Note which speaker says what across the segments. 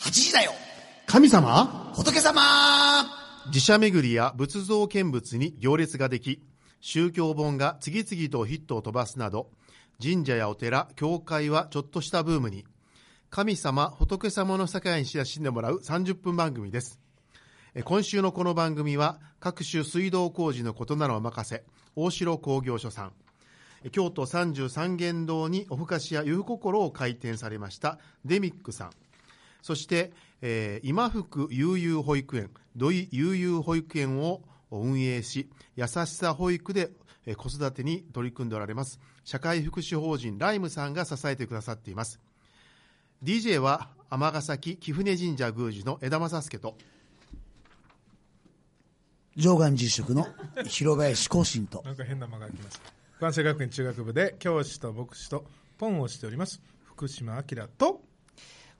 Speaker 1: 8時だよ
Speaker 2: 神様
Speaker 1: 仏様
Speaker 2: 寺社巡りや仏像見物に行列ができ、宗教本が次々とヒットを飛ばすなど、神社やお寺、教会はちょっとしたブームに、神様、仏様の境に親しんでもらう30分番組です。えー今週のこの番組は、各種水道工事のことならお任せ、大城工業所さん、えー京都33元堂におふかしや遊心を開店されました、デミックさん、そして、えー今福悠々保育園、土井悠々保育園を運営し、優しさ保育で、えー子育てに取り組んでおられます、社会福祉法人ライムさんが支えてくださっています。DJ は尼崎貴船神社宮司の枝正助と、
Speaker 3: 上岸住職の広林光信と
Speaker 4: なんか変な間が空きます。関西学院中学部で教師と牧師とポンをしております。福島明と。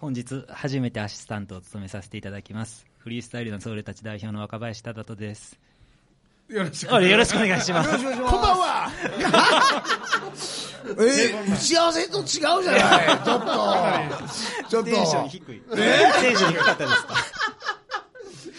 Speaker 5: 本日初めてアシスタントを務めさせていただきますフリースタイルの僧侶たち代表の若林忠人です
Speaker 4: よろしく。
Speaker 5: あ よろしくお願いします
Speaker 3: こんばんは え ー打ち合わせと違うじゃない ちょっとち
Speaker 5: テンショ
Speaker 3: ょ
Speaker 5: ン
Speaker 3: っ
Speaker 5: 低い、テンション低かったですか
Speaker 3: と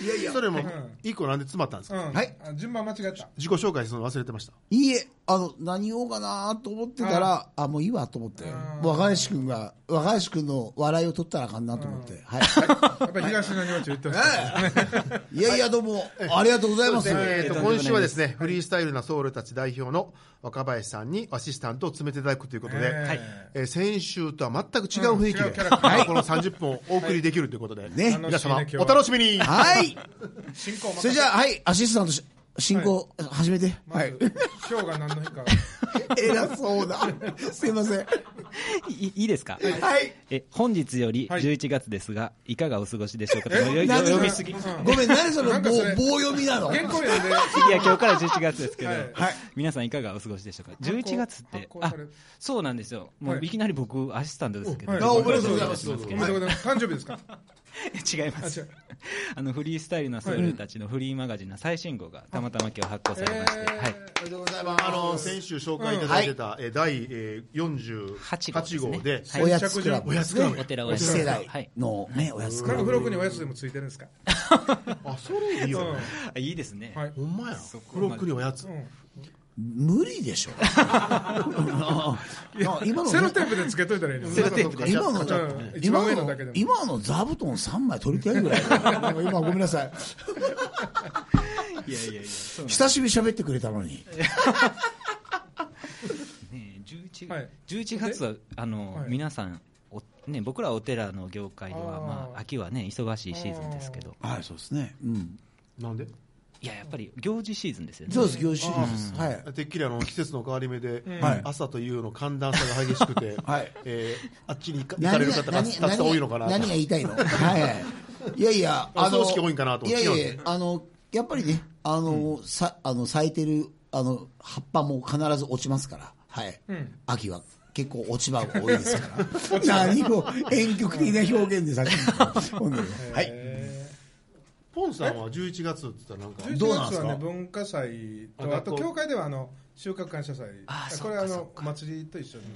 Speaker 3: いやいや
Speaker 2: それも一個なんで詰まったんです
Speaker 4: う
Speaker 2: か、
Speaker 4: ん。
Speaker 3: はい
Speaker 4: あ。順番間違った。
Speaker 2: 自己紹介するの忘れてました。
Speaker 3: いいえあの何言おうかなと思ってたらあもういいわと思って若林君が若林君の笑いを取ったらあかんなと思ってはい
Speaker 4: やっぱり東の庭中言ってました。
Speaker 3: いやいやどうもありがとうございます
Speaker 2: えーと
Speaker 5: とんでも
Speaker 2: 今
Speaker 5: ないです
Speaker 2: 週はですね、フリースタイルな僧侶たち代表の若林さんにアシスタントを詰めていただくということで、
Speaker 4: はい
Speaker 2: えー先週とは全く違う雰囲気で、
Speaker 4: うん違うキャラクター
Speaker 2: はいこの30分をお送りできるということで、
Speaker 3: ね
Speaker 2: 皆様
Speaker 4: 楽しいね今日は
Speaker 2: お楽しみ に
Speaker 3: はい
Speaker 4: 進行
Speaker 3: それじゃあはいアシスタントし進行始めて
Speaker 4: ま
Speaker 3: は
Speaker 4: ず
Speaker 3: い、
Speaker 4: 今日が何の日か。
Speaker 3: 偉そう だすいません
Speaker 5: いいいですか、
Speaker 3: はい
Speaker 5: え本日より
Speaker 4: はい
Speaker 5: 11月ですが、い、かがお過ごしでしょうか
Speaker 4: え
Speaker 5: よよ
Speaker 3: なんか
Speaker 5: 読みすぎい
Speaker 4: うん
Speaker 3: ごめん、何その
Speaker 4: なん
Speaker 3: 棒
Speaker 4: かそれ
Speaker 3: 棒読みなの
Speaker 4: 原稿読んで、
Speaker 5: や今日から11月ですけど、
Speaker 4: はい
Speaker 3: はい
Speaker 5: 皆さんいかがお過ごしでしょうか
Speaker 4: 発行
Speaker 5: 11月って
Speaker 4: 発行
Speaker 5: あ
Speaker 4: される
Speaker 5: そうなんですよも
Speaker 4: は
Speaker 5: う
Speaker 4: い
Speaker 5: いきなり僕アシスタントですけど、
Speaker 4: はい
Speaker 3: あおめでとうございます
Speaker 5: おめ
Speaker 4: お
Speaker 5: でとうござい
Speaker 4: めですとうござ
Speaker 5: ま
Speaker 4: います。誕生日ですか。
Speaker 5: 違います
Speaker 4: あ違う
Speaker 5: あのフリースタイルなソウルたちのフリーマガジンの最新号がたまたま今日発行されまして、
Speaker 4: えー
Speaker 5: はい、
Speaker 3: おめでとうござい
Speaker 2: ま
Speaker 3: ま
Speaker 2: ああの先週紹介いただいてた、えー第えー48
Speaker 5: 8
Speaker 2: 号
Speaker 5: 号
Speaker 2: で、
Speaker 5: です
Speaker 3: す。おやつクラブ
Speaker 2: おやつクラブ
Speaker 5: お寺を
Speaker 3: 次世代のね、おやつク
Speaker 4: なん
Speaker 3: ラ
Speaker 4: か
Speaker 3: ブ。
Speaker 4: 付録におやつでもついてるんですか。
Speaker 2: あそれいいよね、
Speaker 5: あいいですね、
Speaker 4: はい。
Speaker 2: ほんまや
Speaker 5: そ
Speaker 2: フ
Speaker 5: こまで
Speaker 2: ロックにおやつ、
Speaker 3: 無理でしょ。あ今の
Speaker 4: セロ
Speaker 3: ね、
Speaker 4: テープでつけといたらいいのに
Speaker 5: セロテープで
Speaker 3: 今の
Speaker 4: うん、一
Speaker 3: 今
Speaker 4: 番上のだ
Speaker 3: の
Speaker 4: けで、も。
Speaker 3: 今の座布団3枚取りたいぐらいだよ。 もう今ごめんなさい。
Speaker 5: いやいやいやそうなんです
Speaker 3: 久しぶりに喋ってくれたのに。
Speaker 5: ね11
Speaker 4: はい
Speaker 5: 11月はあの、
Speaker 4: はい
Speaker 5: 皆さんおね、僕らお寺の業界では
Speaker 4: あー
Speaker 5: まあ、秋は、ね、忙しいシーズンですけど
Speaker 3: はい、そうですね。うん。
Speaker 2: なんで
Speaker 5: いややっぱり行事シーズンですよね
Speaker 3: そうです、行事シリーズです。はい。
Speaker 2: てっきりあの季節の変わり目で、
Speaker 3: はい
Speaker 2: 朝と夕の寒暖差が激しくて、
Speaker 3: はい
Speaker 2: えーあっちに行か行かれ
Speaker 3: 何
Speaker 2: る
Speaker 3: が
Speaker 2: 方が
Speaker 3: 何
Speaker 2: たくさん多いのかなと
Speaker 3: 何が言いたいのはいいやい やあ
Speaker 2: お葬式多いんかなと
Speaker 3: い
Speaker 2: 思っ
Speaker 3: やい
Speaker 2: て
Speaker 3: やあのやっぱりねあの、さあの咲いてるあの葉っぱも必ず落ちますからはい、秋は結構落ち葉が多いですから 何を遠曲的な表現でさっきの本当にはい
Speaker 2: ポンさんは11月って言ったらなんか
Speaker 4: 11
Speaker 3: どうなんで
Speaker 4: 月
Speaker 3: す
Speaker 4: は
Speaker 3: か
Speaker 4: ね文化祭
Speaker 2: あ
Speaker 4: とあと
Speaker 2: 学校
Speaker 4: 教会ではあの収穫感謝祭
Speaker 5: あー
Speaker 4: これは
Speaker 5: そ
Speaker 4: あ
Speaker 5: っか
Speaker 4: のお祭りと一緒なの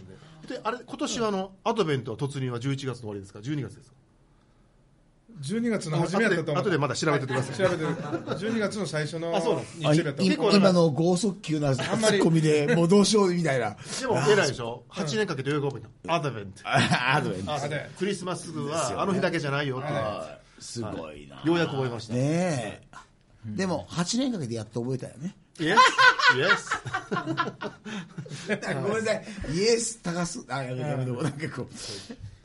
Speaker 4: で
Speaker 2: であれ今年はあの、アドベントは突入は11月の終わりですか12月ですか
Speaker 4: 12月の初めやったと思
Speaker 2: 後
Speaker 4: う
Speaker 2: で後でまた調べててください
Speaker 4: はい調べてる12月の最初の
Speaker 2: あそうなんです
Speaker 4: 日
Speaker 3: あい
Speaker 4: 曜日やったと
Speaker 3: い
Speaker 4: 思う
Speaker 3: 今の剛速球なツ
Speaker 4: あんまり
Speaker 3: ッコミでもうどうしようみたいな
Speaker 2: でも偉いでしょ8年かけてよく覚えたアドベント
Speaker 3: あでも
Speaker 4: あで
Speaker 2: クリスマスはあの日だけじゃないよっていうのは
Speaker 3: すごいな、
Speaker 2: ようやく覚えました
Speaker 3: ねえでも8年かけてやっと覚えたよね
Speaker 2: イエスイ
Speaker 3: ご
Speaker 2: エス
Speaker 3: めんなさい。イエス、高須、あ、やめてやめて、なんかこう。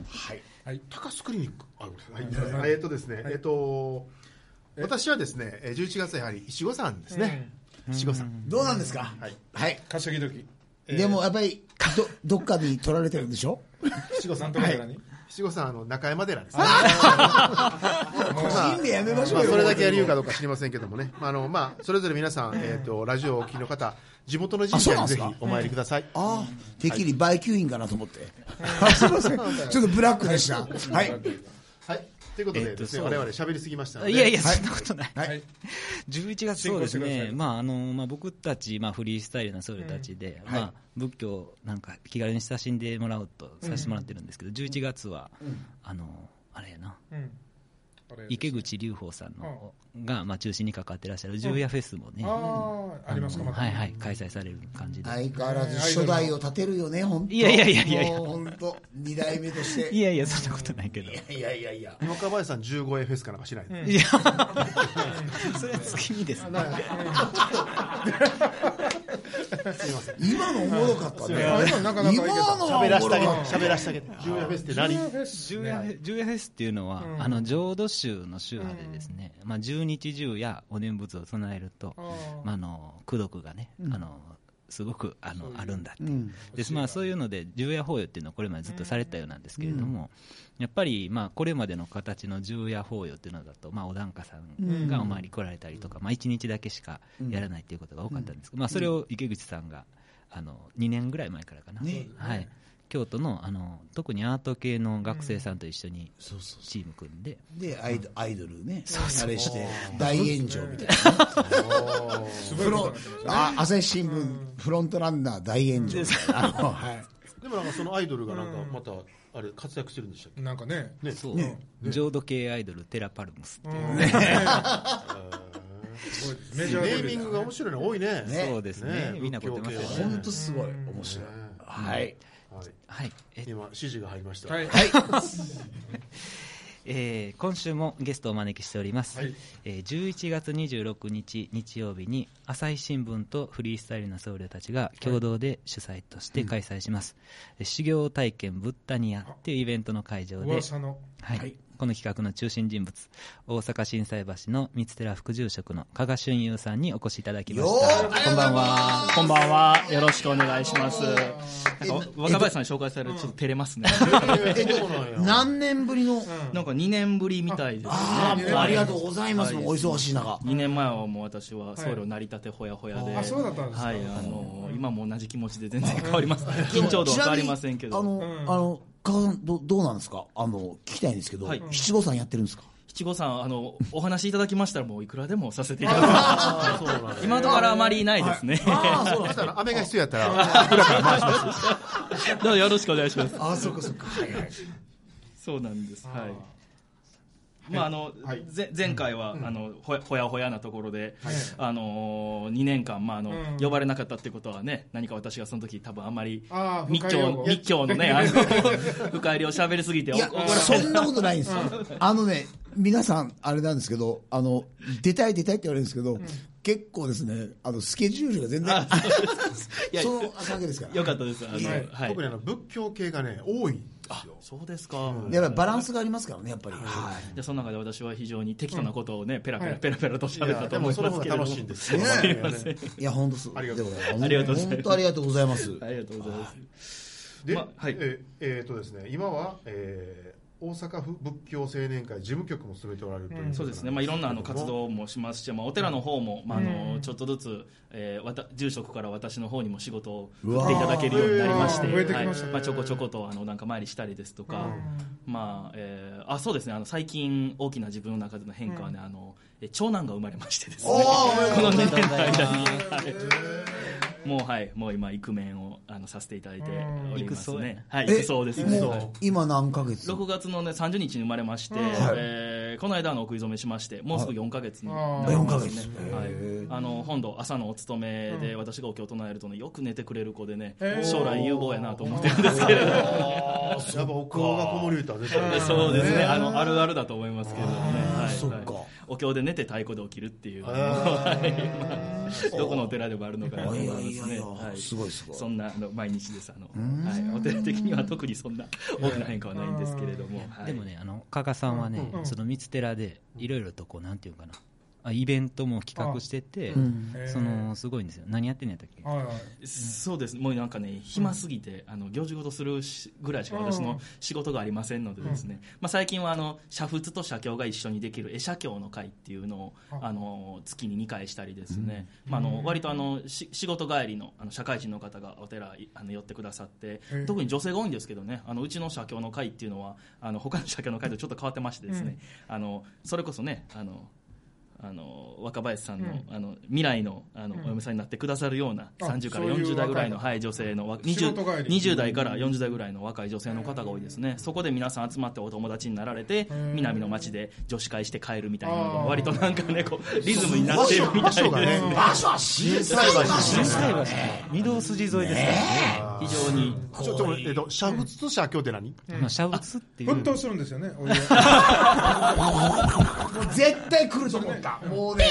Speaker 3: はい。
Speaker 4: はい
Speaker 2: 高須クリニックあはいはいえっとですねえっと私はですねえー11月はやはり石子さんですね石子さん
Speaker 3: どうなんですか。
Speaker 2: はい
Speaker 3: はい。
Speaker 4: 稼ぎ時
Speaker 3: でも、やっぱり、ど、どっかに取られてるんでしょ
Speaker 2: 石子さ
Speaker 4: なん
Speaker 2: ん
Speaker 4: とか寺に
Speaker 2: 七五三あの中山寺ですね。
Speaker 3: 個人でやめましょ
Speaker 2: ま
Speaker 3: う
Speaker 2: あ
Speaker 3: よ
Speaker 2: それだけやりうかどうか知りませんけどもね。まああのまあそれぞれ皆さんえっとラジオをお聞きの方、地元の神
Speaker 3: あそう
Speaker 2: 社
Speaker 3: なん
Speaker 2: に
Speaker 3: です
Speaker 2: ぜひ
Speaker 3: か
Speaker 2: お参りください。
Speaker 3: ああ、てっきりバイキュインかなと思って。あ すいません。ちょっとブラックでした。はい。
Speaker 2: はい。ということでですね
Speaker 5: えっとそう
Speaker 2: 我々喋りすぎましたので。
Speaker 5: いやいや、そんなことない。
Speaker 3: はい。
Speaker 5: 11月、そう
Speaker 4: 進行
Speaker 5: です
Speaker 4: してくださ
Speaker 5: ね
Speaker 4: い。
Speaker 5: まあ、あの、まあ、僕たち、まあ、フリースタイルな僧侶たちで、まあ、仏教なんか気軽に親しんでもらおうとさせてもらってるんですけど、11月は、あの、あれやな、
Speaker 4: うん
Speaker 5: 池口隆法さんの、が、まあ、中心に関わってらっしゃる
Speaker 4: う
Speaker 5: 十
Speaker 4: ん
Speaker 5: 夜フェスもね、
Speaker 4: ああ、ありますか、また。
Speaker 5: はいはい、開催される感じで、
Speaker 3: 相変わらず初代を立てるよね、本当
Speaker 5: いやいやいやいやいや
Speaker 3: もう本当二代目として。
Speaker 5: いやいや、そんなことないけど、
Speaker 3: いやいやいや。
Speaker 2: 若林さん 15A フェスかなんかしないの、
Speaker 5: いや、 それは月見ですね。
Speaker 3: 今のおもろかったね。
Speaker 4: や今のなかなかいけ
Speaker 3: 今
Speaker 4: た
Speaker 3: のはおも
Speaker 2: 喋
Speaker 3: ろ
Speaker 2: らしたげて
Speaker 3: かった。
Speaker 2: 喋らしたげて 15A フェスって何
Speaker 4: フェス
Speaker 5: 重夜フェ重夜フェスっていうのは、
Speaker 4: うん
Speaker 5: あの浄土宗の宗派でですね、まあ、十日十夜お念仏を唱えると、まあ、あの功徳がね、あのすごくあのあるんだっていう、
Speaker 3: うん
Speaker 5: ですまあ、そういうので重夜法要っていうのはこれまでずっとされてたようなんですけれども、やっぱり、まあ、これまでの形の重夜法要っていうのだと、まあ、お檀家さんがお参り来られたりとか、まあ、1日だけしかやらないっていうことが多かったんですけど、まあ、それを池口さんがあの2年ぐらい前からかな、
Speaker 3: ね
Speaker 5: はい、京都のあの特にアート系の学生さんと一緒に
Speaker 3: そうそうそ
Speaker 5: チーム組んで、
Speaker 3: う。で、アイドアイドルね、あれして、大炎上みたいな。
Speaker 4: すごい
Speaker 3: フロ
Speaker 4: ことになってます
Speaker 3: あ朝日新聞、フロントランナー大炎上みたいな。あのはい
Speaker 2: でもなんかそのアイドルがなんかまたあれ活躍してるんでしたっけ
Speaker 4: なんかね、
Speaker 2: ね
Speaker 5: そう浄土系アイドルテラパルムスっていう、
Speaker 4: ねすごいメジ
Speaker 2: ネ
Speaker 4: ャーどお
Speaker 2: ーミ
Speaker 4: りだ
Speaker 2: ングが面白いの多いね
Speaker 3: ね
Speaker 5: そうですね
Speaker 2: ね
Speaker 5: みんな凝ってますよ
Speaker 2: 仏教系は
Speaker 5: ね
Speaker 2: ね
Speaker 3: 本当すごい、面白い。はい。
Speaker 2: はい
Speaker 5: はいえ
Speaker 2: 今指示が入りました、
Speaker 4: はい、
Speaker 5: えー今週もゲストをお招きしております、
Speaker 4: はい
Speaker 5: えー11月26日日曜日に朝日新聞とフリースタイルな僧侶たちが共同で主催として開催します、えー修行体験ブッダニアっていうイベントの会場で、
Speaker 4: 噂の
Speaker 5: はい
Speaker 3: はい
Speaker 5: この企画の中心人物大阪心斎橋の三つ寺副住職の加賀俊雄さんにお越しいただきまし
Speaker 3: よー
Speaker 5: た
Speaker 1: こんばんは。こんばんは。よろしくお願いします。なんか若林さんに紹介されるとちょっと照れますね。
Speaker 2: えどうなんや
Speaker 3: 何年ぶりの、
Speaker 1: なんか2年ぶりみたいですね。
Speaker 3: あーもうありがとうございます、
Speaker 1: はい
Speaker 3: お忙しい中。
Speaker 1: 2年前はもう私は僧侶成り立てほやほやで。
Speaker 4: あそうだったんですか
Speaker 1: はい、あの、今も同じ気持ちで全然変わります。緊張度は変わりませんけ
Speaker 3: ちなみ
Speaker 1: ど。
Speaker 3: にあの、あの、加賀さん、どうどうなんですかあの、聞きたいんですけど
Speaker 1: はい、
Speaker 3: 七五三やってるんですか
Speaker 1: 七五三、あの、お話いただきましたらもういくらでもさせていただきます。今のところあまりないですね。
Speaker 2: そうだから雨が必要やったら
Speaker 1: どうぞよろしくお願いします。
Speaker 3: あ、そっかそっか。はいはい。
Speaker 1: そうなんです。はい。まああの、ぜ前回は、あのほやほやほやなところで、あのー2年間まああの、
Speaker 4: うん
Speaker 1: 呼ばれなかったってことはね何か私がその時多分あんまり
Speaker 4: あー
Speaker 1: 密
Speaker 4: 深い用
Speaker 1: 教
Speaker 4: 語
Speaker 1: 密教のねあの深入りを喋りすぎてお
Speaker 3: い
Speaker 1: 怒
Speaker 3: や
Speaker 1: られ、
Speaker 3: そんなことないんですよ。あのね、皆さん、あれなんですけど、あの、出たい出たいって言われるんですけど、結構ですね、あの、スケジュールが全然、
Speaker 1: いや
Speaker 3: そのわけですから。
Speaker 1: よか
Speaker 3: や
Speaker 1: ったですあの、
Speaker 3: は
Speaker 1: はい
Speaker 2: 特
Speaker 1: い
Speaker 2: にあの仏教系がね多いんですよ
Speaker 1: そうですか。
Speaker 3: っぱりバランスがありますからね、やっぱり。はい。
Speaker 1: でその中で私は非常に適当なことをね、ペラペラペラペラと喋ったと思い
Speaker 2: その
Speaker 1: ま
Speaker 2: 方が
Speaker 1: すけれども
Speaker 2: 楽しいんですよ
Speaker 3: ね
Speaker 1: すいません
Speaker 3: いや、本当そう。
Speaker 2: ありがとうござ
Speaker 3: います
Speaker 1: ありがとうございます
Speaker 3: 本当ありがとうございます。
Speaker 1: ありがとうございます。
Speaker 2: で、
Speaker 1: まはい
Speaker 2: ええーとですね今は、えー大阪府仏教青年会事務局も進めておられるということなん
Speaker 1: そうですね、まあ、いろんなあの活動もしますし、まあ、お寺の方も、まあ、あのちょっとずつ、えーわた住職から私の方にも仕事を振っていただけるようになりまして、
Speaker 4: うわー増えてきましたね
Speaker 1: はいまあ、ちょこちょことあのなんか参りしたりですとか、まあえーあそうですねあの最近大きな自分の中での変化はね、あのえ長男が生まれましてですねこの2年の間に、はいもうはいもう今イクメンをあのさせていただいております
Speaker 5: 育
Speaker 1: ね
Speaker 5: 成
Speaker 1: はい
Speaker 3: え
Speaker 1: 育そうです
Speaker 3: もう
Speaker 1: はい
Speaker 3: 今何ヶ月
Speaker 1: 6月のね30日に生まれまして、えーこの間あのお食い初めしましてもうすぐ4ヶ月になり
Speaker 3: あー
Speaker 1: ますねはい
Speaker 3: 四ヶ月へ、
Speaker 1: あの本土朝のお勤めで私がお経を唱えるとねよく寝てくれる子でね将来有望やなと思ってるんですけれども
Speaker 2: やっぱお顔が子守歌は絶対ね
Speaker 1: そうですねあのあるあるだと思いますけれどもね、はい
Speaker 3: そっ
Speaker 1: はい
Speaker 3: か
Speaker 1: お経で寝て太鼓で起きるっていうはい どこのお寺でもあるのかなと思いますね
Speaker 3: いやいやいやすごいすごい
Speaker 1: そんなあの毎日ですあの、はい、お寺的には特にそんな大きな変化はないんですけれども、はい
Speaker 5: でもねあの加賀さんはね、その三つ寺でいろいろとこうなんていうかなあイベントも企画してて、そのすごいんですよ何やってんのやったっけ
Speaker 4: はいはい
Speaker 1: そうですもうなんかね暇すぎて、あの行事ごとするしぐらいしか私の仕事がありませんのでですね、まあ、最近はあの社仏と社協が一緒にできるえ社協の会っていうのをあの月に2回したりですね、まあ、あの割とあのし仕事帰りのあの社会人の方がお寺いあの寄ってくださって
Speaker 4: え
Speaker 1: 特に女性が多いんですけどねあのうちの社協の会っていうのはあの他の社協の会とちょっと変わってましてですね、あのそれこそねあのあの若林さんの,、あの未来のあの、お嫁さんになってくださるような30から40代ぐらいのはい、女性のわ
Speaker 4: 仕事帰
Speaker 1: 20,
Speaker 4: り
Speaker 1: 20代から40代ぐらいの若い女性の方が多いですね、そこで皆さん集まってお友達になられて、南の町で女子会して帰るみたいなのが割となんかねこうリズムになってるみたいで、
Speaker 3: 場所は震災橋
Speaker 5: 震災橋御堂筋沿いですからね
Speaker 1: 非常に
Speaker 2: ちょちょえっと煮仏と写経って何
Speaker 5: まあ、シャウツっていう
Speaker 4: 奮闘するんですよね、お湯
Speaker 3: もう絶対来ると思った。もうね、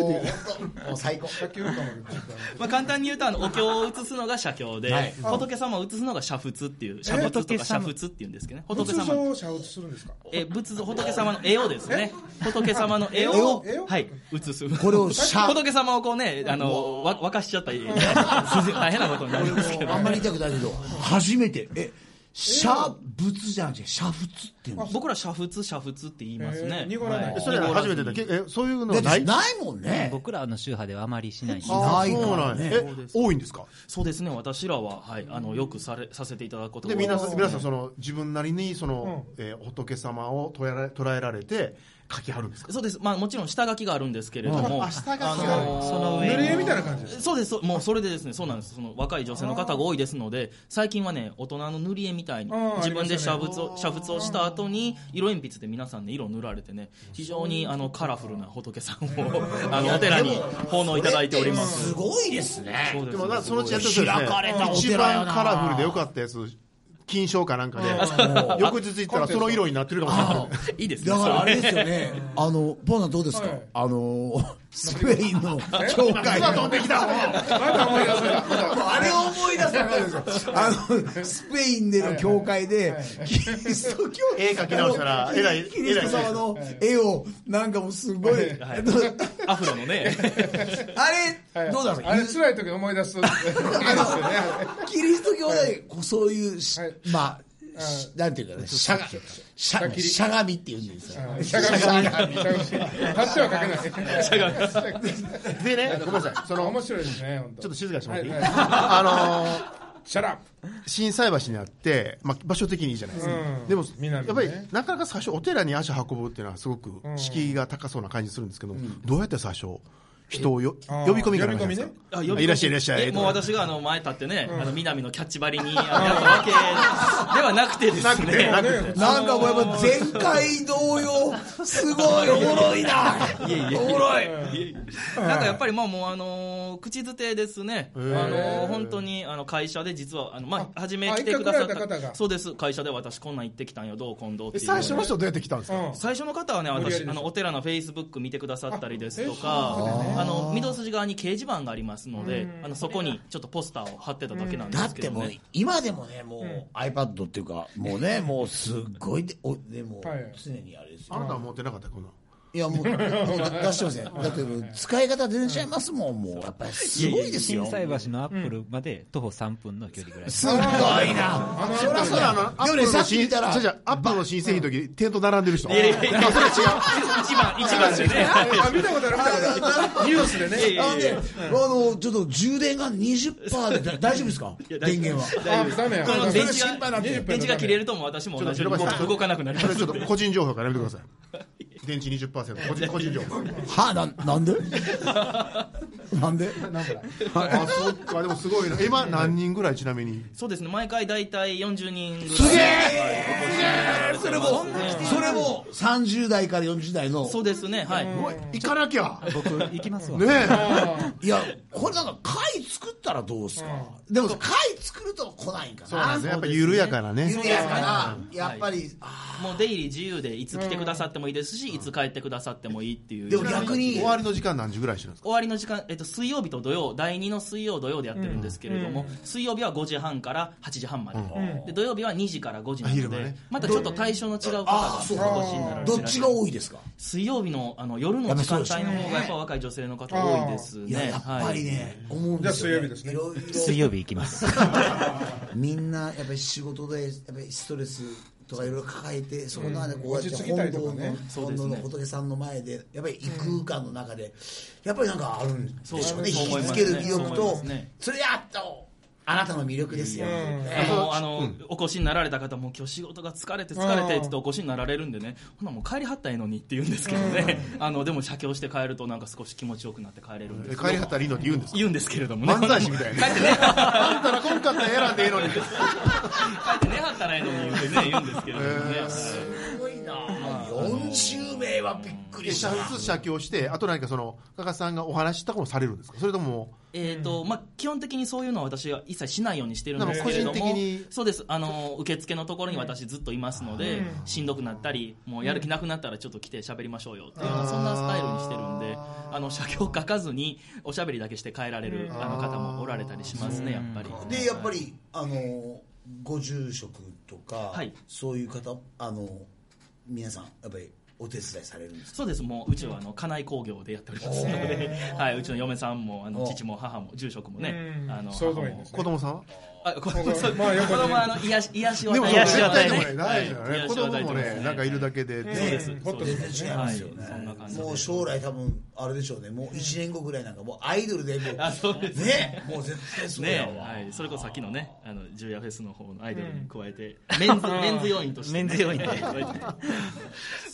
Speaker 3: もう本当もう最高。
Speaker 4: さっき言うかもけどちょっとあの
Speaker 1: まあ、簡単に言うとあのお経を移すのが写経で、
Speaker 3: はい
Speaker 1: 仏様を移すのが写仏っていう写仏とか写仏っていうんですけどね仏様
Speaker 4: 仏像
Speaker 1: の
Speaker 4: を写仏するんですか
Speaker 1: え仏像仏様の絵をですね仏様の絵
Speaker 3: 絵
Speaker 1: を
Speaker 3: を
Speaker 1: はい移す
Speaker 3: これを写
Speaker 1: 仏様をこうねあのわ沸かしちゃったり大変なことになりますけど
Speaker 3: あんまり言いたくないけど、初めて、え、シャ仏じゃなくて、シャ仏っていうんです
Speaker 1: 僕ら写仏写仏って言いますね、
Speaker 4: えー濁らない
Speaker 1: は
Speaker 2: それ初めてだけえそういう
Speaker 3: だ
Speaker 2: のは
Speaker 3: って
Speaker 2: ない
Speaker 3: ないもんね。
Speaker 5: 僕らの宗派ではあまりしないんです
Speaker 2: あ
Speaker 3: ない
Speaker 2: そう
Speaker 3: から
Speaker 2: なん
Speaker 3: ね。
Speaker 2: やえ多いんですか
Speaker 1: そうですね私らは、はい、あのよくされさせていただくことが
Speaker 2: で
Speaker 1: 多い
Speaker 2: 皆
Speaker 1: です
Speaker 2: さん皆さんその自分なりにその、えー仏様を捉えられ捉えられて書きはるんですか
Speaker 1: そうです、まあ、もちろん下書きがあるんですけれども、
Speaker 2: あ下書きがある
Speaker 1: その
Speaker 4: 塗
Speaker 1: 上
Speaker 4: り
Speaker 1: に
Speaker 4: 絵みたいな感じです
Speaker 1: そうですそうもうそれでですねそうなんですその若い女性の方が多いですので最近はね大人の塗り絵みたいに
Speaker 4: あー
Speaker 1: 自分で
Speaker 4: あ
Speaker 1: 写
Speaker 4: りま
Speaker 1: 仏を写仏をした後に色鉛筆で皆さんね色を塗られてね非常にあのカラフルな仏さんをあのお寺に奉納いただいております
Speaker 3: すごいですね。
Speaker 1: そうで
Speaker 2: ですもなそのうちやって
Speaker 3: 開かれたお
Speaker 2: 一
Speaker 3: 寺やな
Speaker 2: 番カラフルでよかったやつ金賞かなんかで 翌日行ったらその色になってるかもしれない
Speaker 1: いいですね
Speaker 3: だからあれですよ
Speaker 1: そ
Speaker 3: ね、あの、ポンさんどうですか、
Speaker 4: はい
Speaker 3: あの、スペインの教会の。あれを思い出したからですよ。あの、スペインでの教会で、キリスト教
Speaker 2: 絵描き直したらえらい
Speaker 3: キリスト様の絵を、なんかもうすごい、
Speaker 1: はい
Speaker 3: えっと
Speaker 1: アフロのね
Speaker 3: あ
Speaker 4: は
Speaker 3: れ、
Speaker 4: い
Speaker 3: どうだろう
Speaker 4: あれ辛い時思い出すいいですよね
Speaker 3: キリスト教で、こうそういうし
Speaker 4: はい、
Speaker 3: まあ、しなんていうかね、しゃが、しゃ
Speaker 4: 切り
Speaker 3: しゃがみっていうんですよ。
Speaker 4: しゃがみしゃがみ立っては書けな い
Speaker 2: でねごめんなさいその
Speaker 4: 面白いですね本当
Speaker 2: ちょっと静かにしてもらっていい、
Speaker 4: はいはい
Speaker 2: あのー
Speaker 4: シャラップ
Speaker 2: 心斎橋にあって、まあ、場所的にいいじゃないですか、
Speaker 4: うん
Speaker 2: でも、やっ
Speaker 4: 南ね
Speaker 2: ぱりなかなか最初お寺に足運ぶっていうのはすごく敷居が高そうな感じするんですけど、どうやって最初人をよ
Speaker 4: あー
Speaker 2: 呼び込みがないですか
Speaker 4: 呼び込みね
Speaker 1: あ
Speaker 2: あいらっしゃいいらっしゃい
Speaker 1: えもう私があの前立ってね、あの南のキャッチ張りにあのやったわけではなくてですね
Speaker 2: なくて
Speaker 3: なんかもうやっぱ前回同様、すごいおもろいな。おもろい。
Speaker 1: なんかやっぱりまあもうあのー口づてですね。あのー本当にあの会社で実はあのまあ初め来てくださっ
Speaker 4: あ一回来られた方が
Speaker 1: たそうです会社で私こんなん行ってきたんよどう今度って
Speaker 2: え
Speaker 1: いう
Speaker 2: 最初の人はどうやって来たんですか、
Speaker 4: うん
Speaker 1: 最初の方はね、
Speaker 4: 無理やりで
Speaker 1: 私
Speaker 4: しょ
Speaker 1: あのお寺のフェイスブック見てくださったりですとか、あの御堂筋側に掲示板がありますので、あのそこにちょっとポスターを貼ってただけなんで
Speaker 3: だっ
Speaker 1: すけ
Speaker 3: て
Speaker 1: ど
Speaker 3: もう
Speaker 1: ね。
Speaker 3: 今でもねもう iPad っていうかもうねもうすっごいでおでもう
Speaker 4: はい
Speaker 3: 常にあれです
Speaker 2: あ
Speaker 3: よ
Speaker 2: なたは持ってなかったこんなの
Speaker 3: いやもうもう出してませんだってもう使い方出ちゃいますもんもうやっぱりすごいですよ
Speaker 5: 心斎橋のアップルまで徒歩3分の距離ぐらい、
Speaker 3: すごいな
Speaker 2: そりゃそうだあのアップ
Speaker 3: で
Speaker 2: ル
Speaker 3: もねさ
Speaker 2: の
Speaker 3: っき
Speaker 2: 新
Speaker 3: 見たら
Speaker 2: じゃアップルの新製品の時、店頭並んでる人
Speaker 1: いやいやいや
Speaker 2: あそれ違う
Speaker 1: 一番一番ですよね。
Speaker 4: あ見たことある見たことあるニュースでね
Speaker 3: あのねあのちょっと充電が20%でだ大丈夫ですか
Speaker 1: や大
Speaker 3: 電源は
Speaker 1: 大丈夫
Speaker 4: あダメ
Speaker 1: この電池
Speaker 3: それ心配にな
Speaker 1: が
Speaker 3: って
Speaker 1: 電
Speaker 3: る
Speaker 1: 池が切れるとも私も同じ
Speaker 2: ちょっと広場さん
Speaker 1: 動かなくなり
Speaker 2: そ
Speaker 1: ま
Speaker 2: れち
Speaker 1: す
Speaker 2: ょっと個人情報からやめてください電池20%個人個人情報
Speaker 3: はあなんなんでなんで
Speaker 2: あそっかでもすごいな今何人ぐらいちなみに
Speaker 1: そうですね毎回大体40人ぐらい
Speaker 3: すげえそれもそれも30代から40代の
Speaker 1: そうですねはい
Speaker 2: 行かなきゃ
Speaker 5: 僕行きますわ、
Speaker 2: ねえ
Speaker 3: いや、これなんか貝作ったらどうすか、でも貝作ると来ないんか
Speaker 2: そうなん
Speaker 3: な
Speaker 2: です。ねやっぱ緩やかなね
Speaker 3: 緩やかな、やっぱり、あ
Speaker 1: もう出入り自由でいつ来てくださってもいいですし、いつ帰ってくださってもいいっていう
Speaker 3: でも逆に
Speaker 2: 終わりの時間何時ぐらいにしてるんです
Speaker 1: 終わりの時間、えっと、水曜日と土曜第2の水曜土曜でやってるんですけれども、水曜日は5時半から8時半まで,、で土曜日は2時から5時なの
Speaker 2: あ昼間
Speaker 1: で、
Speaker 2: ね
Speaker 1: またちょっと対象の違う方
Speaker 3: あ
Speaker 1: が
Speaker 3: そう
Speaker 1: お越しになられて
Speaker 3: どっ
Speaker 1: らっ
Speaker 3: ち
Speaker 1: しゃ
Speaker 3: が
Speaker 1: る
Speaker 3: 多いですか、
Speaker 1: 水曜日のあの夜の時間帯の方がやっぱ若い女性の方多いです
Speaker 3: いや、
Speaker 1: ね
Speaker 3: やっぱり
Speaker 1: はい
Speaker 3: ね、思うんですよ、ね。
Speaker 4: じゃあ水曜日ですね
Speaker 3: いろいろ
Speaker 5: 水曜日行きます
Speaker 3: みんな、やっぱり仕事で、やっぱりストレス。とかいろいろ抱えて、そこの間、こうやって
Speaker 4: 落ち着きた
Speaker 3: 本
Speaker 4: いと
Speaker 3: 堂
Speaker 4: か
Speaker 3: の、
Speaker 4: ね
Speaker 3: 本堂の仏さんの前で、やっぱり異空間の中で、やっぱりなんかあるんでしょうね、
Speaker 1: そう
Speaker 3: 引きつける
Speaker 1: そう思い
Speaker 3: 魅力
Speaker 1: ますねそう思い
Speaker 3: と
Speaker 1: ますね、
Speaker 3: それやっと、あなたの魅力ですよ。
Speaker 4: うん
Speaker 1: あのあの、お越しになられた方も今日仕事が疲れて疲れてって言ってお越しになられるんでね、ほなもう帰りはったらええのにって言うんですけどね、 あのでも写経して帰るとなんか少し気持ちよくなって帰れるんで
Speaker 2: え
Speaker 1: す
Speaker 2: 帰りはったらいいのって言うんですか
Speaker 1: 言うんですけれどもね
Speaker 2: 漫才師みたいな。
Speaker 1: 帰ってね
Speaker 2: あんたらこんかったら選んでええのに。
Speaker 1: 帰ってねはったらええのに言ってね言うんですけれどもね、
Speaker 3: すごいな40名はびっくり
Speaker 2: え
Speaker 3: した
Speaker 2: 写
Speaker 3: な。
Speaker 2: 仏写経して、あと何かその、加賀さんがお話ししたこともされるんですかそれとも、
Speaker 1: えーとまあ、基本的にそういうのは私は一切しないようにしてるんですけれど
Speaker 2: なんか個
Speaker 1: も
Speaker 2: 人的に
Speaker 1: そうですあの受付のところに私ずっといますので、しんどくなったりもうやる気なくなったらちょっと来て喋りましょうよっていうようなそんなスタイルにしてるんであの写経書かずにおしゃべりだけして帰られるあの方もおられたりしますねやっぱり。
Speaker 3: で、やっぱり、あの、ご住職とか
Speaker 1: はい、
Speaker 3: そういう方、あの、皆さん、やっぱりお手伝いされるんですか
Speaker 1: そうですもううちはあの家内工業でやっておりますので、 はい、うちの嫁さんもあの
Speaker 3: お
Speaker 1: 父も母も住職もね
Speaker 4: うん
Speaker 1: あの
Speaker 4: そう
Speaker 1: 母
Speaker 4: でもいい
Speaker 1: も
Speaker 4: ですね
Speaker 2: 子供さんは
Speaker 1: あこ
Speaker 4: そうそうまあやっぱ
Speaker 1: 子
Speaker 4: ね
Speaker 1: 供はあの癒し癒しを
Speaker 2: で
Speaker 1: 与え
Speaker 2: も、
Speaker 1: て
Speaker 2: 癒
Speaker 1: ま
Speaker 2: し
Speaker 1: す
Speaker 2: 与え
Speaker 1: ね
Speaker 2: てもないじゃ
Speaker 1: は
Speaker 2: ないい。子供も
Speaker 1: 癒しを与えてます
Speaker 2: ね、なんかいるだけで。
Speaker 1: そうです。
Speaker 4: うんほっと
Speaker 1: そうで
Speaker 3: 全
Speaker 1: す
Speaker 3: 然違いますよ
Speaker 1: はいそんな
Speaker 3: ね
Speaker 1: 感。じで
Speaker 3: もう将来多分、あれでしょうね。もう1年後ぐらいなんか、もうアイドルで、もう、
Speaker 1: あそうです
Speaker 3: ね。もう絶対そうや
Speaker 1: ね
Speaker 3: わ。
Speaker 1: はい、それこそさっきのね、あの、ジュヤフェスの方のアイドルに加えて、メンズ、メンズ要員として、メンズ要員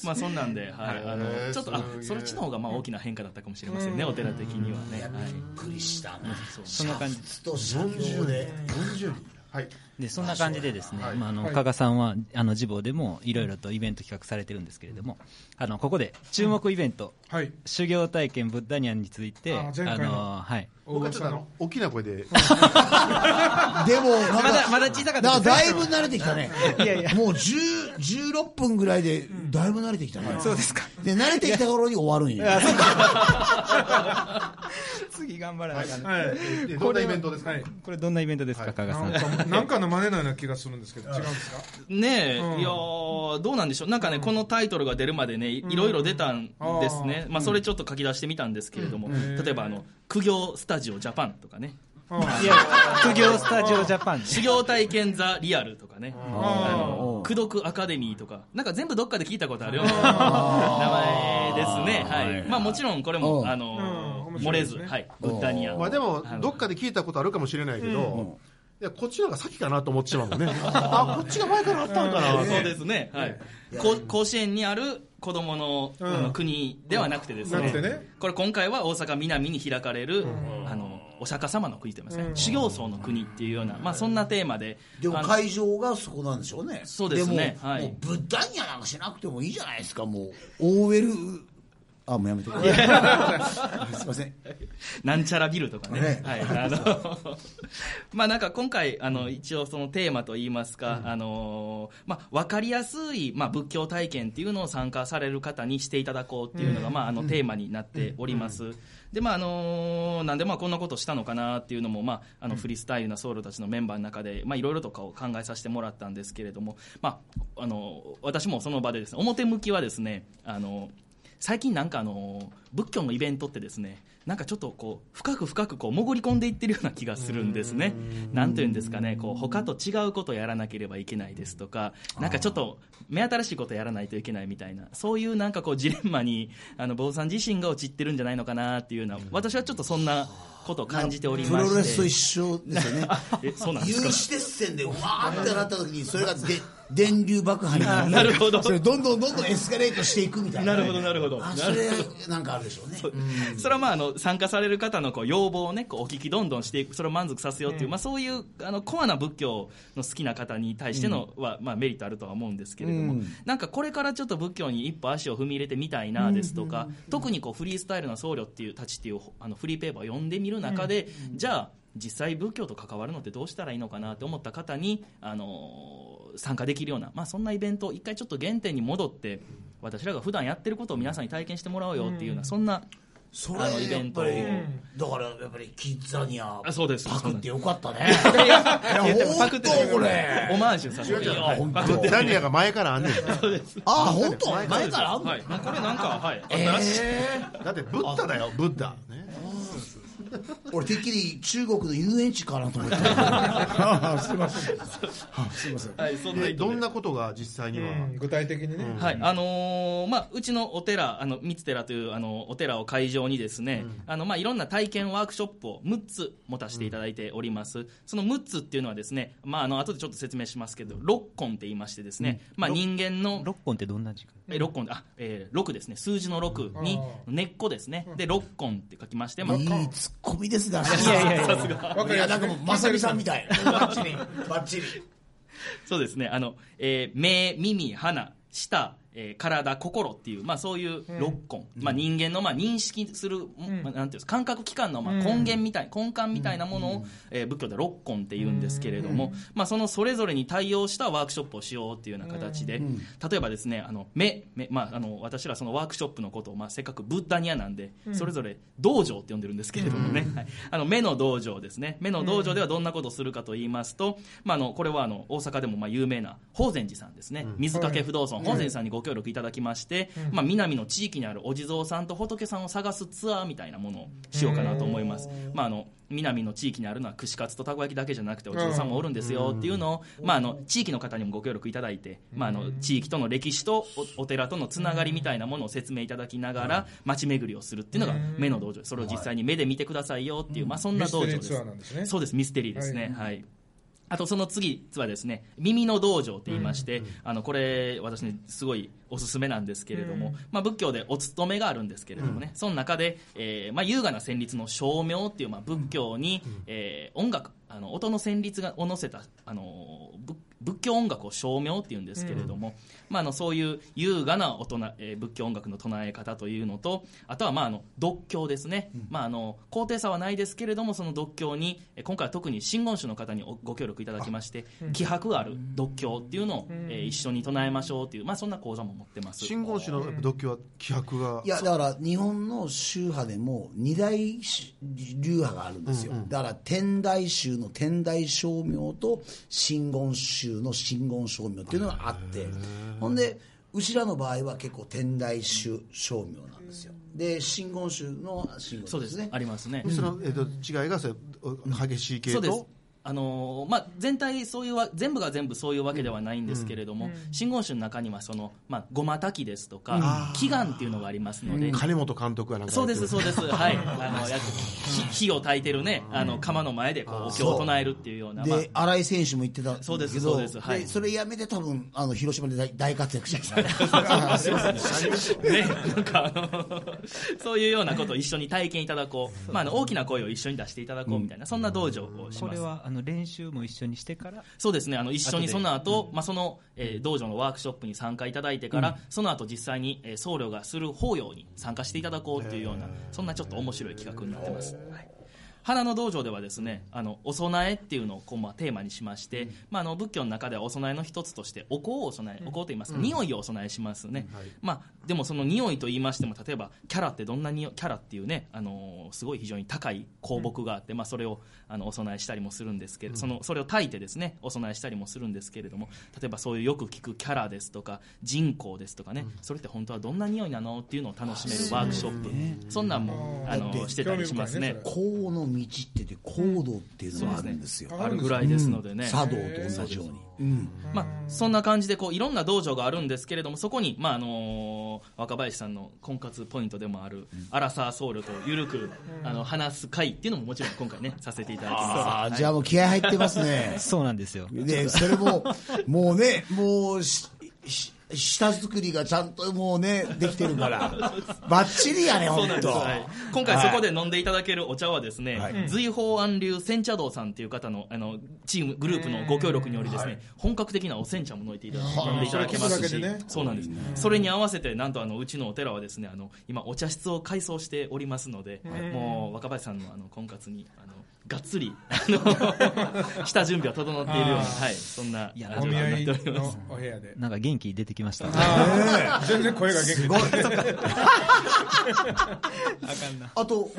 Speaker 1: まあ、そんなんで、はい、あ
Speaker 2: へー
Speaker 1: の、ちょっと、あ
Speaker 2: すげ、え
Speaker 1: そっちの方が、まあ、大きな変化だったかもしれませんね、お寺的にはね。はい
Speaker 3: びっくりしたな。
Speaker 5: そんな感じ
Speaker 3: ずっと社協で。
Speaker 2: 40人。はい。
Speaker 5: でそんな感じでですね、
Speaker 2: はい
Speaker 5: まあ、あの
Speaker 4: はい
Speaker 5: 加賀さんはあの坊でもいろいろとイベント企画されてるんですけれどもあのここで注目イベント、
Speaker 4: はい。
Speaker 5: 修行体験ブッダニャンについて
Speaker 4: あ前回の
Speaker 5: のはい
Speaker 2: 僕はちょっとあの、大きな声で、
Speaker 3: でも、なんか
Speaker 5: まだまだ小さかった
Speaker 3: だ
Speaker 5: ですね
Speaker 3: だいぶ慣れてきたね。もう10 16分ぐらいで、だいぶ慣れてきたね。そうですか。で、慣れてきた頃に終わるんや。
Speaker 5: 次頑張らないかな、
Speaker 4: はい
Speaker 2: えどんなイベントですか
Speaker 4: は
Speaker 2: ね
Speaker 4: い
Speaker 5: これどんなイベントですか、加賀さん
Speaker 4: なんかなんかの真似のような気がするんですけど、違うんですか
Speaker 1: ねえ、
Speaker 4: うん
Speaker 1: いやーどうなんでしょう、なんかね、このタイトルが出るまでね、いいろいろ出たんですね、まあ、それちょっと書き出してみたんですけれども、例えばあの、苦行スタジオジャパンとかね、
Speaker 5: いや副業スタジオジャパンね
Speaker 1: 修行体験ザ・リアルとかね、あ
Speaker 3: うん
Speaker 1: の「功徳アカデミー」とか、なんか全部どっかで聞いたことあるような名前ですね、はいまあ、もちろんこれ
Speaker 3: う
Speaker 1: も
Speaker 3: ん
Speaker 1: あの
Speaker 4: うん面
Speaker 1: 漏
Speaker 4: 白い
Speaker 1: れ
Speaker 4: です
Speaker 1: ず、
Speaker 4: ね
Speaker 1: はい、グッダニアン、
Speaker 2: まあでも、どっかで聞いたことあるかもしれないけど、いや、こっちの方が先かなと思ってしまうもんね。あ、こっちが前からあったんか
Speaker 1: あ
Speaker 2: な
Speaker 1: ー そうですね、はい、こ甲子園にある子供の,、
Speaker 4: ん
Speaker 1: あの国ではなくてです
Speaker 4: な
Speaker 1: ね
Speaker 4: くてね
Speaker 1: これ今回は大阪南に開かれる、あのお釈迦様の国と言いますね、
Speaker 4: うん
Speaker 1: 修行僧の国っていうような、まあ、そんなテーマで
Speaker 3: でも
Speaker 1: あの
Speaker 3: 会場がそこなんでしょうね。
Speaker 1: そうですね
Speaker 3: も、
Speaker 1: はい
Speaker 3: もうブッダニアなんかしなくてもいいじゃないですか、もう。オーウェル、あ、もうやめとこう。 すいません。
Speaker 1: なんちゃらビルとかね。
Speaker 3: ね
Speaker 1: はい。あの、 まあなんか今回、あの、一応そのテーマといいますか、あの、まあわかりやすい、まあ仏教体験っていうのを参加される方にしていただこうっていうのが、まああのテーマになっております。で、まああの、なんでまあこんなことしたのかなっていうのも、まああのフリースタイルな僧侶たちのメンバーの中で、まあいろいろとかを考えさせてもらったんですけれども、まあ、あの、私もその場でですね、表向きはですね、あの、最近なんかあの仏教のイベントってですねなんかちょっとこう深く深くこう潜り込んでいってるような気がするんですね。なんというんですかねこう他と違うことをやらなければいけないですとかなんかちょっと目新しいことをやらないといけないみたいなそういうなんかこうジレンマにあの坊さん自身が陥ってるんじゃないのかなっていうような私はちょっとそんなことを感じており
Speaker 3: プ
Speaker 1: ま
Speaker 3: ロレ
Speaker 1: し
Speaker 3: スと
Speaker 1: て
Speaker 3: 一緒ですよね。
Speaker 1: え そうなんですか
Speaker 3: 有刺鉄線でわーってなった時に、それがで 電流爆破にな
Speaker 1: なるほど
Speaker 3: それどんどんどんどんエスカレートしていくみたいな。
Speaker 1: なるほどなるほど
Speaker 3: あそれなんかあるでしょうね。
Speaker 1: それはまああの参加される方のこう要望をねこうお聞きどんどんしていくそれを満足させようっていう、まあそういうあのコアな仏教の好きな方に対してのは、まあメリットあるとは思うんですけれども、なんかこれからちょっと仏教に一歩足を踏み入れてみたいなですとか、特にこうフリースタイルな僧侶っていうたちっていうあのフリーペーパーを読んでみる中で、じゃあ実際仏教と関わるのってどうしたらいいのかなって思った方にあの参加できるような、まあ、そんなイベントを一回ちょっと原点に戻って私らが普段やってることを皆さんに体験してもらおうよっていうような、そんな
Speaker 3: それ
Speaker 1: あのイベント
Speaker 3: やっぱりだからやっぱりキッザニア
Speaker 1: あそうです
Speaker 3: パクってよかったね。
Speaker 1: いやいや
Speaker 3: いや
Speaker 1: 言ってもパクってる
Speaker 3: 本当これ
Speaker 1: オマージュさせていや
Speaker 3: 本当
Speaker 1: パク
Speaker 2: ブ
Speaker 1: っ
Speaker 2: ッ
Speaker 1: て
Speaker 2: ダニアが前からあんねん。
Speaker 3: ああ、本当前
Speaker 1: 前
Speaker 3: か
Speaker 1: からら
Speaker 3: あ
Speaker 1: あ
Speaker 3: ん
Speaker 1: ん
Speaker 3: の
Speaker 1: のはいこれなんかはい
Speaker 3: えー
Speaker 2: だってブッダだよ、ブッダ。ね
Speaker 3: 俺てっきり中国の遊園地かなと思った
Speaker 4: ああすいません、
Speaker 3: すいません
Speaker 1: はい、そんな
Speaker 2: で
Speaker 1: 意図で
Speaker 2: どんなことが実際には、
Speaker 4: うん具体的にね、
Speaker 1: はいあのーまあ、うちのお寺、あの三つ寺というあのお寺を会場にですね、あのまあ、いろんな体験ワークショップを6つ持たせていただいております、その6つっていうのはですね、まあ、あの後でちょっと説明しますけど、六根って言いましてですね、まあ、人間の
Speaker 5: 6本ってどんな時間
Speaker 1: え六根あ、えー、六ですね数字の六に
Speaker 4: あ
Speaker 1: 根っこですねで六根って書きましてまあ
Speaker 3: いいツッコミですね
Speaker 1: さすが
Speaker 4: わか
Speaker 3: い
Speaker 4: り
Speaker 3: や
Speaker 4: やす
Speaker 3: なんかもうまさみさんみたいバッチリバッチリ
Speaker 1: そうですねあの、えー目耳鼻舌、えー体心っていう、まあ、そういう六根、まあ、人間のまあ認識する、まあ、なんていうんです感覚器官のまあ根源みたい、根幹みたいなものを、えー仏教では六根っていうんですけれども、まあ、そのそれぞれに対応したワークショップをしようっていうような形で、例えばですねあの目目、まあ、あの私らそのワークショップのことを、まあ、せっかくブッダニアなんで、それぞれ道場って呼んでるんですけれどもね、はい、あの目の道場ですね目の道場ではどんなことをするかと言いますと、まあ、あのこれはあの大阪でもまあ有名な法善寺さんですね、水掛不動尊、法善寺さんにご協力いただきまして、まあ、南の地域にあるお地蔵さんと仏さんを探すツアーみたいなものをしようかなと思います。まあ、あの南の地域にあるのは串カツとたこ焼きだけじゃなくてお地蔵さんもおるんですよっていうのを、まあ、あの地域の方にもご協力いただいて、まあ、あの地域との歴史とおお寺とのつながりみたいなものを説明いただきながら街巡りをするっていうのが目の道場それを実際に目で見てくださいよっていう、まあ、そんな
Speaker 4: ミス
Speaker 1: 道場
Speaker 4: テリー
Speaker 1: で
Speaker 4: ツア
Speaker 1: す
Speaker 4: ーなんですね
Speaker 1: そうですミステリーですねはいあとその次はですね耳の道場と言いまして、あのこれ私ねすごいおすすめなんですけれども、まあ、仏教でお勤めがあるんですけれどもね、その中で、えーまあ、優雅な旋律の称名っていう、まあ、仏教に、えー音楽あの音の旋律がを乗せたあの仏仏教音楽を称名っていうんですけれども、まあ、あのそういう優雅な大人、えー仏教音楽の唱え方というのとあとはまああの独協ですね、まあ、あの高低差はないですけれどもその独協にえー今回は特に真言宗の方におご協力いただきまして気迫がある独協っていうのを、えー一緒に唱えましょうという、まあ、そんな講座も持ってます
Speaker 2: 真言宗の独居は気迫が
Speaker 3: いやだから日本の宗派でも二大し流派があるんですよ、だから天台宗の天台称名と真言宗の真言称名っていうのがあってほんでうちらの場合は結構天台宗称名なんですよで真言宗の真言宗
Speaker 1: そ
Speaker 3: で
Speaker 1: うですす
Speaker 3: ね
Speaker 1: ねありますね、
Speaker 2: その、えっと違いがそれ激しい系
Speaker 1: そ
Speaker 2: と
Speaker 1: うですあのーまあ、全体そういうわ全部が全部そういうわけではないんですけれども、真言宗の中にはその、まあ、ごまたきですとか、祈願っていうのがありますので、
Speaker 2: 金本監督がなんか
Speaker 1: そうです、
Speaker 2: やってる
Speaker 1: そうです、はい、あのやっ火火を焚いてるね、あの釜の前でこうお経を唱えるっていうような、まあ
Speaker 3: で、新井選手も言ってたん
Speaker 1: そうです
Speaker 3: けど
Speaker 1: そうですはい
Speaker 3: それやめて多分あの広島で大大活躍したんですよ
Speaker 1: ね、なんかあの そういうようなことを一緒に体験いただこう、まあ、あの大きな声を一緒に出していただこうみたいな、そんな道場をし
Speaker 5: こ
Speaker 1: ま
Speaker 5: れ
Speaker 1: す。
Speaker 5: はあの練習も一緒にしてから。
Speaker 1: そうですねあの一緒にその後、まあその、えー道場のワークショップに参加いただいてから、その後実際に、えー僧侶がする法要に参加していただこうというような、そんなちょっと面白い企画になってます。はい花の道場ではですねあのお供えっていうのをこう、まあ、テーマにしまして、まあ、あの仏教の中ではお供えの一つとしてお香をお供えお香と言いますか、匂いをお供えしますね、まあ、でもその匂いと言いましても例えばキャラってどんな匂いキャラっていうね、あのーすごい非常に高い香木があって、まあ、それをあのお供えしたりもするんですけど、そのそれを炊いてですねお供えしたりもするんですけれども例えばそういうよく聞くキャラですとか人口ですとかね、それって本当はどんな匂いなのっていうのを楽しめるワークショップ、そんなんもあの
Speaker 3: だって
Speaker 1: してたりしますね
Speaker 4: 興味深いねそれ。
Speaker 3: 高の道って言って高度っていうのがあるんですよ、
Speaker 1: あるぐらいですのでね、
Speaker 3: 茶道と同じように、うん、
Speaker 1: まあ、そんな感じでこういろんな道場があるんですけれどもそこに、まああのー若林さんの婚活ポイントでもある荒沢僧侶とゆるくあの話す会っていうのももちろん今回ねさせていただき
Speaker 3: あ
Speaker 1: ま
Speaker 3: あ、じゃあもう気合入ってますね
Speaker 5: そうなんですよ
Speaker 3: で、それも、もうね、もうし、し下作りがちゃんともうね、できてる から、バッチリやね、
Speaker 1: す。そ
Speaker 3: ほ
Speaker 1: うなん
Speaker 3: ん
Speaker 1: です、
Speaker 3: と。
Speaker 1: はい、今回そこで飲んでいただけるお茶はですね、
Speaker 3: はい
Speaker 1: 随宝庵流煎茶道さんっていう方のあのチームグループのご協力によりですね、本格的なお煎茶も飲んでいただ飲んでいただけます
Speaker 4: そ
Speaker 1: し、
Speaker 4: れは聞くだけでね
Speaker 1: そうなんですそれに合わせてなんとあのうちのお寺はですねあの今お茶室を改装しておりますので、もう若林さんのあの婚活にあの がっつりあの下準備は整っているような、はい、そんな
Speaker 5: や
Speaker 1: あ
Speaker 5: お
Speaker 1: の
Speaker 4: お見
Speaker 1: にな
Speaker 4: 合
Speaker 1: っ
Speaker 4: い
Speaker 1: ておりま
Speaker 4: の
Speaker 1: す。
Speaker 4: お部屋で
Speaker 5: なんか元気出てきました
Speaker 4: あー全然声が元気
Speaker 3: すごい。あと、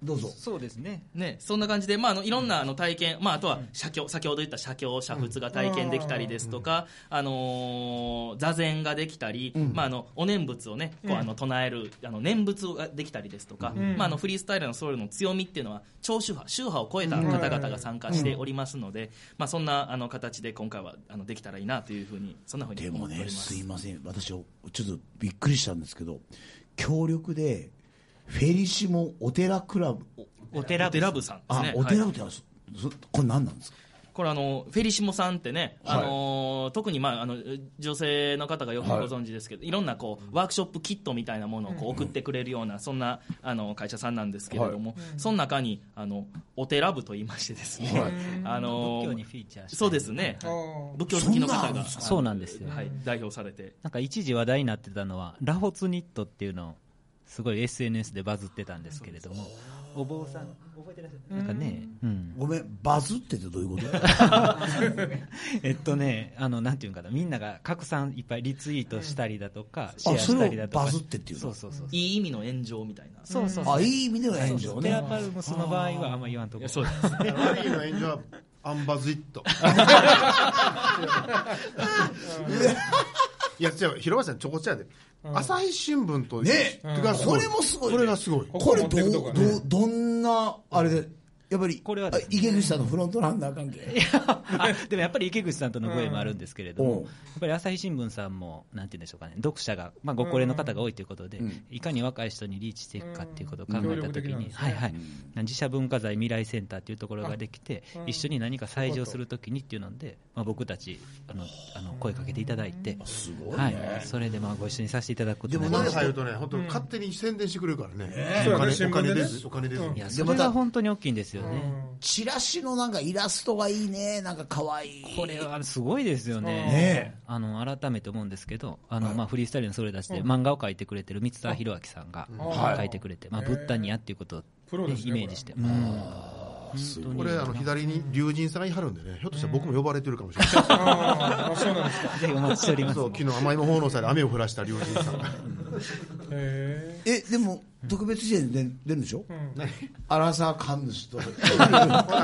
Speaker 3: どうぞ。
Speaker 5: そうですね
Speaker 1: ね、そんな感じで、まあ、あのいろんなあの体験、まあ、あとは写経先ほど言った写経写仏が体験できたりですとか、あのー座禅ができたり、まあ、あのお念仏を、ね、こうあの唱えるあの念仏ができたりですとか、まあ、あのフリースタイルのソウルの強みっていうのは超宗派宗派を超えた方々が参加しておりますので、まあ、そんなあの形で今回はあのできたらいいなというふうにそんなふうに
Speaker 3: で
Speaker 1: 思
Speaker 3: も
Speaker 1: ってお
Speaker 3: ね、
Speaker 1: りますす。
Speaker 3: いません。私、ちょっとびっくりしたんですけど、協力で、フェリシモお寺クラブ、
Speaker 5: お
Speaker 1: お寺部さんです
Speaker 3: あ
Speaker 1: ね、。
Speaker 3: お
Speaker 1: はい
Speaker 3: 寺ってあるんですそこれ何なんですか
Speaker 1: これあのフェリシモさんってね、
Speaker 3: はい
Speaker 1: あのー特に、まあ、あの女性の方がよくご
Speaker 3: はい
Speaker 1: 存知ですけど、い、ろんなこうワークショップキットみたいなものをこう送ってくれるような、そんなあの会社さんなんですけれども、その中にあのお寺部と言いましてですね、 あのー
Speaker 5: 仏教にフィーチャーして
Speaker 1: そうですね、
Speaker 4: あ
Speaker 1: 仏教好きの
Speaker 3: そんなん
Speaker 1: 方
Speaker 3: あるん
Speaker 1: が
Speaker 3: ですか
Speaker 5: そうなんですよ
Speaker 1: はい、代表されて。
Speaker 5: なんか一時話題になってたのはラホツニットっていうのをすごい SNS でバズってたんですけれどもお坊さん覚えてらっしゃるなんかね、うん、
Speaker 3: ごめん、バズってってどういうこと
Speaker 5: えっとねあのなんていうんかなみんなが拡散いっぱいリツイートしたりだとか、シェアしたりだとか
Speaker 3: あそれをバズってっていうの
Speaker 5: そうそうそう
Speaker 1: いい意味の炎上みたいな。
Speaker 5: そう そう
Speaker 3: あ、い
Speaker 5: い
Speaker 3: い意味での炎上
Speaker 5: テラ
Speaker 3: ね。
Speaker 5: パルムスの場合はあんま言わんとこ
Speaker 1: そうです。
Speaker 2: ラインの炎上はアンバズイットいやじゃあ広林さんちょこちゃで、朝日新聞と
Speaker 3: ね
Speaker 2: てかすご
Speaker 3: こ
Speaker 2: い
Speaker 3: れもすごいね。
Speaker 2: これがすごい
Speaker 4: こ
Speaker 3: こ
Speaker 4: れ
Speaker 3: れ
Speaker 4: 持っ
Speaker 3: どう、ど
Speaker 4: てくとか
Speaker 3: う
Speaker 4: ね、
Speaker 3: どんな、あれで、やっぱり、
Speaker 5: これはですね
Speaker 3: あ池口さんのフロントランナー関係。
Speaker 5: あ でもやっぱり池口さんとのご縁もあるんですけれども、
Speaker 3: うん
Speaker 5: やっぱり朝日新聞さんも、なんて言うんでしょうかね、読者が、まあ、ご高齢の方が多いということで、
Speaker 3: ん
Speaker 5: いかに若い人にリーチしていくかっていうことを考
Speaker 4: うん
Speaker 5: えたとき
Speaker 4: 協力的なん
Speaker 5: に、
Speaker 4: ですね
Speaker 5: はいはい、自社文化財未来センターっていうところができて、一緒に何か採場するときにっていうので、まあ、僕たちあのあの声かけていただいて、
Speaker 3: すごい
Speaker 5: はい
Speaker 3: ね。、
Speaker 5: それでまあご一緒にさせていただくこと
Speaker 2: でも
Speaker 5: にな
Speaker 2: 何
Speaker 5: りまし
Speaker 2: か
Speaker 5: た
Speaker 2: 言うとね本当勝手に宣伝してくれるからね、
Speaker 4: そう
Speaker 2: お
Speaker 4: だ
Speaker 2: 金
Speaker 4: ね新
Speaker 2: お
Speaker 4: 聞
Speaker 2: 金
Speaker 4: でね
Speaker 2: ですお金です、
Speaker 4: うん
Speaker 5: いや
Speaker 3: で
Speaker 5: そ
Speaker 3: ま
Speaker 5: れ
Speaker 3: た
Speaker 5: が本当に大きいんですよね。
Speaker 3: チラシのなんかイラストがいいね、なんか可愛い。
Speaker 5: これはすごいですよね。
Speaker 3: ねえ
Speaker 5: あの改めて思うんですけど、あのまあフリースタイルのそれ出して漫画を描いてくれてる三沢弘明さんが
Speaker 4: はい
Speaker 5: 描いてくれて、まあブッダニアっていうことを
Speaker 4: プロですね
Speaker 5: イメージして、うん
Speaker 2: これあの左に龍神さんがいはるんでねひょっとしたら僕も呼ばれてるかもしれない
Speaker 4: ああそうなんですか
Speaker 5: ぜひお待ちしております
Speaker 2: そ。う昨日甘いも奉納祭で雨を降らした龍神さんが
Speaker 4: へ
Speaker 3: え、でも、特別試合に出出るんでしょ荒沢神主と。
Speaker 2: ア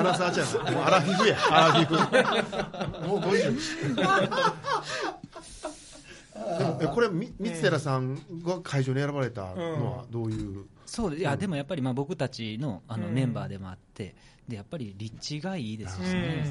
Speaker 2: ラサーちゃんもうアラフィフやアラフィフもう50でもえこれみ三寺さんが会場に選ばれたのはどういう、
Speaker 5: そういやでもやっぱりまあ僕たちのあのメンバーでもあって、でやっぱり立地がいいですしね。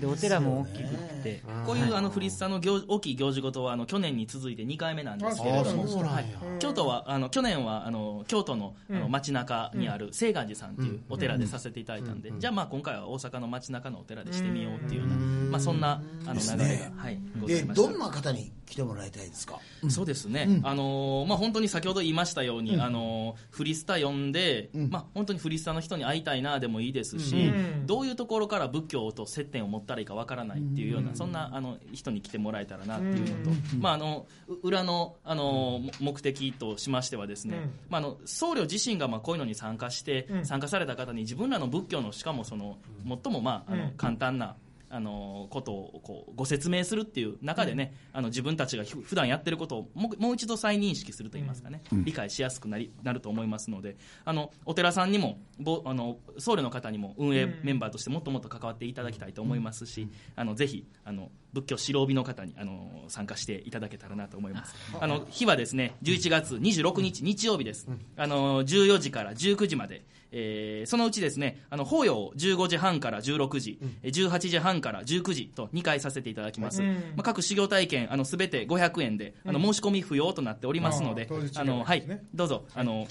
Speaker 5: でお寺も大きくて、
Speaker 1: こういうあのフリスタの行大きい行事ごとはあの去年に続いて2回目なんですけれ
Speaker 2: ああ
Speaker 1: ども、
Speaker 2: そうなんや、
Speaker 1: 京都はあの去年はあの京都のあの街中にある清願寺さんっていうお寺でさせていただいたんで、じゃあまあ今回は大阪の街中のお寺でしてみようっていうような、まあそんなあの流れが、はい、ござ
Speaker 3: で、
Speaker 1: いました
Speaker 3: どんな方に来てもらいたいですか
Speaker 1: そうですね、あのーまあ、本当に先ほど言いましたように、あのーフリスタ呼んで、まあ、本当にフリスタの人に会いたいなでもいいですし、どういうところから仏教と接点を持ったらいいかわからないっていうような、そんなあの人に来てもらえたらなっていうのと、まあ、あのう裏の、あのー目的としましてはですね、
Speaker 4: うん
Speaker 1: まあ、あの僧侶自身がまあこういうのに参加して、参加された方に自分らの仏教のしかもその最もまああ
Speaker 4: う
Speaker 1: の
Speaker 4: ん
Speaker 1: 簡単なあのことをこうご説明するっていう中でね、あの自分たちがひ普段やってることをもうもう一度再認識すると言いますかね、理解しやすくなりなると思いますのであのお寺さんにもぼあの僧侶の方にも運営メンバーとしてもっともっと関わっていただきたいと思いますし、あのぜひあの仏教白帯の方にあの参加していただけたらなと思います。あの日はですね11月26日日曜日です。あの14時から19時まで。えーそのうちですね、あの、法要を15時半から16時、えー18時半から19時と2回させていただきます。
Speaker 4: うん
Speaker 1: まあ、各修行体験、あの、すべて500円で、あの、申し込み不要となっておりますの
Speaker 4: あー
Speaker 1: で
Speaker 4: 当日、
Speaker 1: あの、は
Speaker 4: ですね
Speaker 1: い、どうぞ、あの、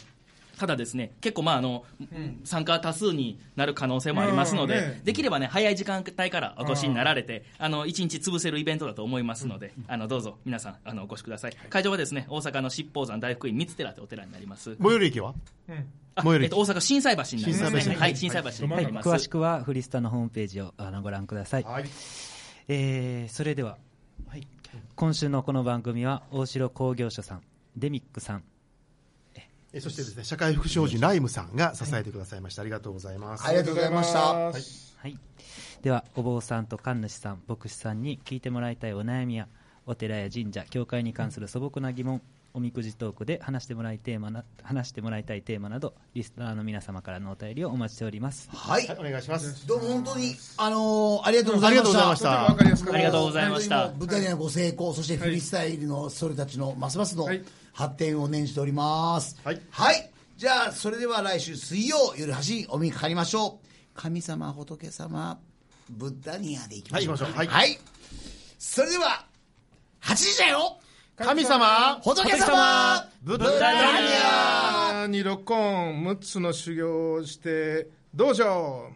Speaker 1: ただですね、結構まああの、参加多数になる可能性もありますので、
Speaker 4: うんね
Speaker 1: できればね、早い時間帯からお越しになられて、あの、一日潰せるイベントだと思いますので、あの、どうぞ皆さん、あの、お越しください。会場はですね、大阪の七宝山大福院三つ寺というお寺になります。
Speaker 2: 最寄り駅は
Speaker 4: えうん
Speaker 1: あ
Speaker 2: 最寄り
Speaker 1: えっと、大阪震災橋になります
Speaker 2: 心斎
Speaker 1: ね。
Speaker 2: 橋
Speaker 1: はい、震災橋にな
Speaker 5: はい、
Speaker 1: ります。
Speaker 5: 詳しくはフリスタのホームページをあのご覧ください。
Speaker 2: はい
Speaker 5: えーそれでは、今週のこの番組は大城工業所さん、デミックさん、
Speaker 2: えそしてですね社会福祉法人ライムさんが支えてくださいましたありがとうございます、
Speaker 3: ありがとうございました。
Speaker 4: はい
Speaker 5: はい、ではお坊さんと神主さん牧師さんに聞いてもらいたいお悩みやお寺や神社教会に関する素朴な疑問おみくじトークで話してもらいテーマな話してもらいたいテーマなどリスナーの皆様からのお便りをお待ちしております
Speaker 3: はい
Speaker 2: お願いします。
Speaker 3: どうも本当に、あのーありがとうござ
Speaker 2: あり
Speaker 3: い
Speaker 2: が
Speaker 3: ま
Speaker 2: とう
Speaker 3: した
Speaker 2: ございまし。
Speaker 4: とてもわ
Speaker 2: た
Speaker 4: か。りやすかった
Speaker 1: ありがとうございまし
Speaker 3: 本当
Speaker 1: た
Speaker 3: にもう舞台でのご成功、そしてフリースタイルのそれたちのますますの
Speaker 4: はい
Speaker 3: 発展を念じております。
Speaker 2: はい
Speaker 3: じゃあ、それでは来週水曜夜8時にお見にかかりましょう。神様、仏様、ブッダニアでいきましょう。
Speaker 2: はい行きましょうはい
Speaker 3: それでは、8時だよ
Speaker 2: 神様、
Speaker 3: 仏様
Speaker 2: ブッ
Speaker 1: ブッダ
Speaker 2: ダ
Speaker 1: ニ
Speaker 2: ニ
Speaker 1: ア
Speaker 2: ア
Speaker 4: にロッコン6つの修行をして道場